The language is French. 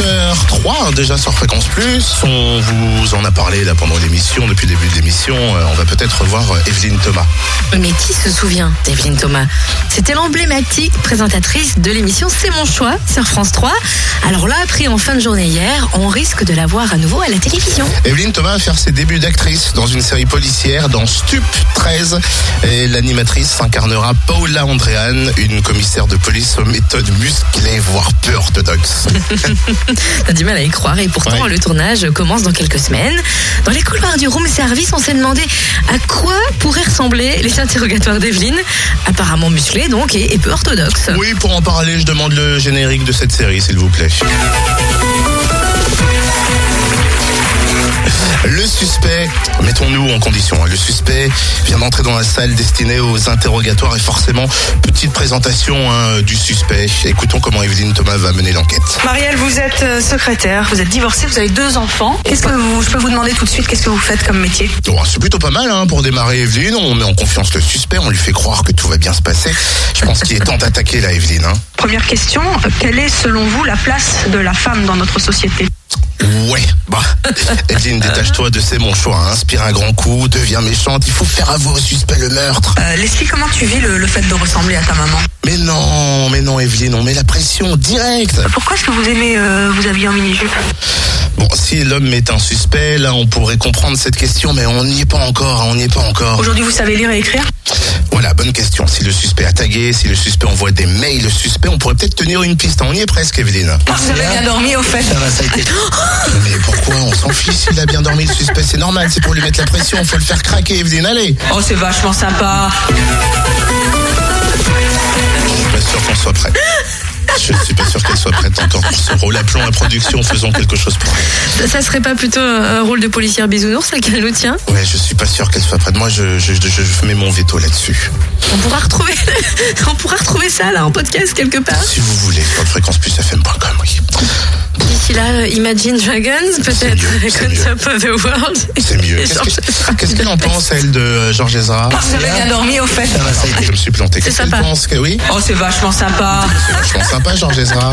euh, 3 hein, déjà sur Fréquence Plus. On vous en a parlé là pendant l'émission, depuis le début de l'émission. Euh, on va peut-être revoir euh, Evelyne Thomas. Mais qui se souvient d'Evelyne Thomas C'était l'emblématique présentatrice de l'émission C'est mon choix sur France 3. Alors là, pris en fin de journée hier, on risque de la voir à nouveau à la télévision. Evelyne Thomas va faire ses débuts d'actrice dans une série policière dans Stup 13. Et l'animatrice incarnera Paula Andréane, une commissaire de police aux méthodes musclées, voire peu orthodoxes. T'as du mal à y croire et pourtant Ouais. le tournage commence dans quelques semaines. Dans les couloirs du room service, on s'est demandé à quoi pourraient ressembler les interrogatoires d'Evelyne, apparemment musclés donc et, et peu orthodoxes. Oui, pour en parler, je demande le générique de cette série, s'il vous plaît. Le suspect, mettons-nous en condition, hein, le suspect vient d'entrer dans la salle destinée aux interrogatoires et forcément, petite présentation hein, du suspect. Écoutons comment Evelyne Thomas va mener l'enquête. Marielle, vous êtes euh, secrétaire, vous êtes divorcée, vous avez deux enfants. Qu'est-ce que vous, je peux vous demander tout de suite, qu'est-ce que vous faites comme métier Bon, c'est plutôt pas mal hein, pour démarrer Evelyne, on met en confiance le suspect, on lui fait croire que tout va bien se passer. Je pense qu'il est temps d'attaquer là Evelyne. Hein. Première question, euh, quelle est selon vous la place de la femme dans notre société Ouais, bah, Evelyne, détache-toi de ces mon choix. hein. Inspire un grand coup, deviens méchante, il faut faire avouer au suspect le meurtre. euh, Leslie, comment tu vis le, le fait de ressembler à ta maman Mais non, mais non, Evelyne, on met la pression directe. Pourquoi est-ce que vous aimez euh, vous habiller en mini-jupe Bon, si l'homme est un suspect, là, on pourrait comprendre cette question, mais on n'y est pas encore, hein, on n'y est pas encore. Aujourd'hui, vous savez lire et écrire Voilà, bonne question. Si le suspect a tagué, si le suspect envoie des mails, le suspect, on pourrait peut-être tenir une piste. hein. On y est presque, Evelyne. Vous avez bien dormi, au fait Ça va, ça a été. Mais pourquoi On s'en fiche, il a bien dormi, le suspect, c'est normal, c'est pour lui mettre la pression, faut le faire craquer, Evelyne, allez. Oh, c'est vachement sympa. Je suis pas sûr qu'on soit prêt. Je suis pas sûr qu'elle soit prête encore pour ce rôle. Appelons la production, faisons quelque chose pour elle. Ça, ça serait pas plutôt un rôle de policière bisounours, ça qu'elle le tient Ouais, je suis pas sûr qu'elle soit prête. Moi, je, je, je- je mets mon veto là-dessus. On pourra retrouver, on pourra retrouver ça là en podcast quelque part. Si vous voulez, sur fréquenceplusfm.com, oui. D'ici là, euh, Imagine Dragons, peut-être, mieux, c'est Guns mieux. Up of the World. C'est mieux. Et Qu'est-ce Georges que- qu'est-ce qu'elle en pense, elle, de euh, Georges Ezra Vous avez bien dormi, au fait Ah, ça y est, Je me suis planté. Qu'est-ce qu'elle sympa. pense que oui Oh, c'est vachement sympa. C'est vachement sympa, Georges Ezra.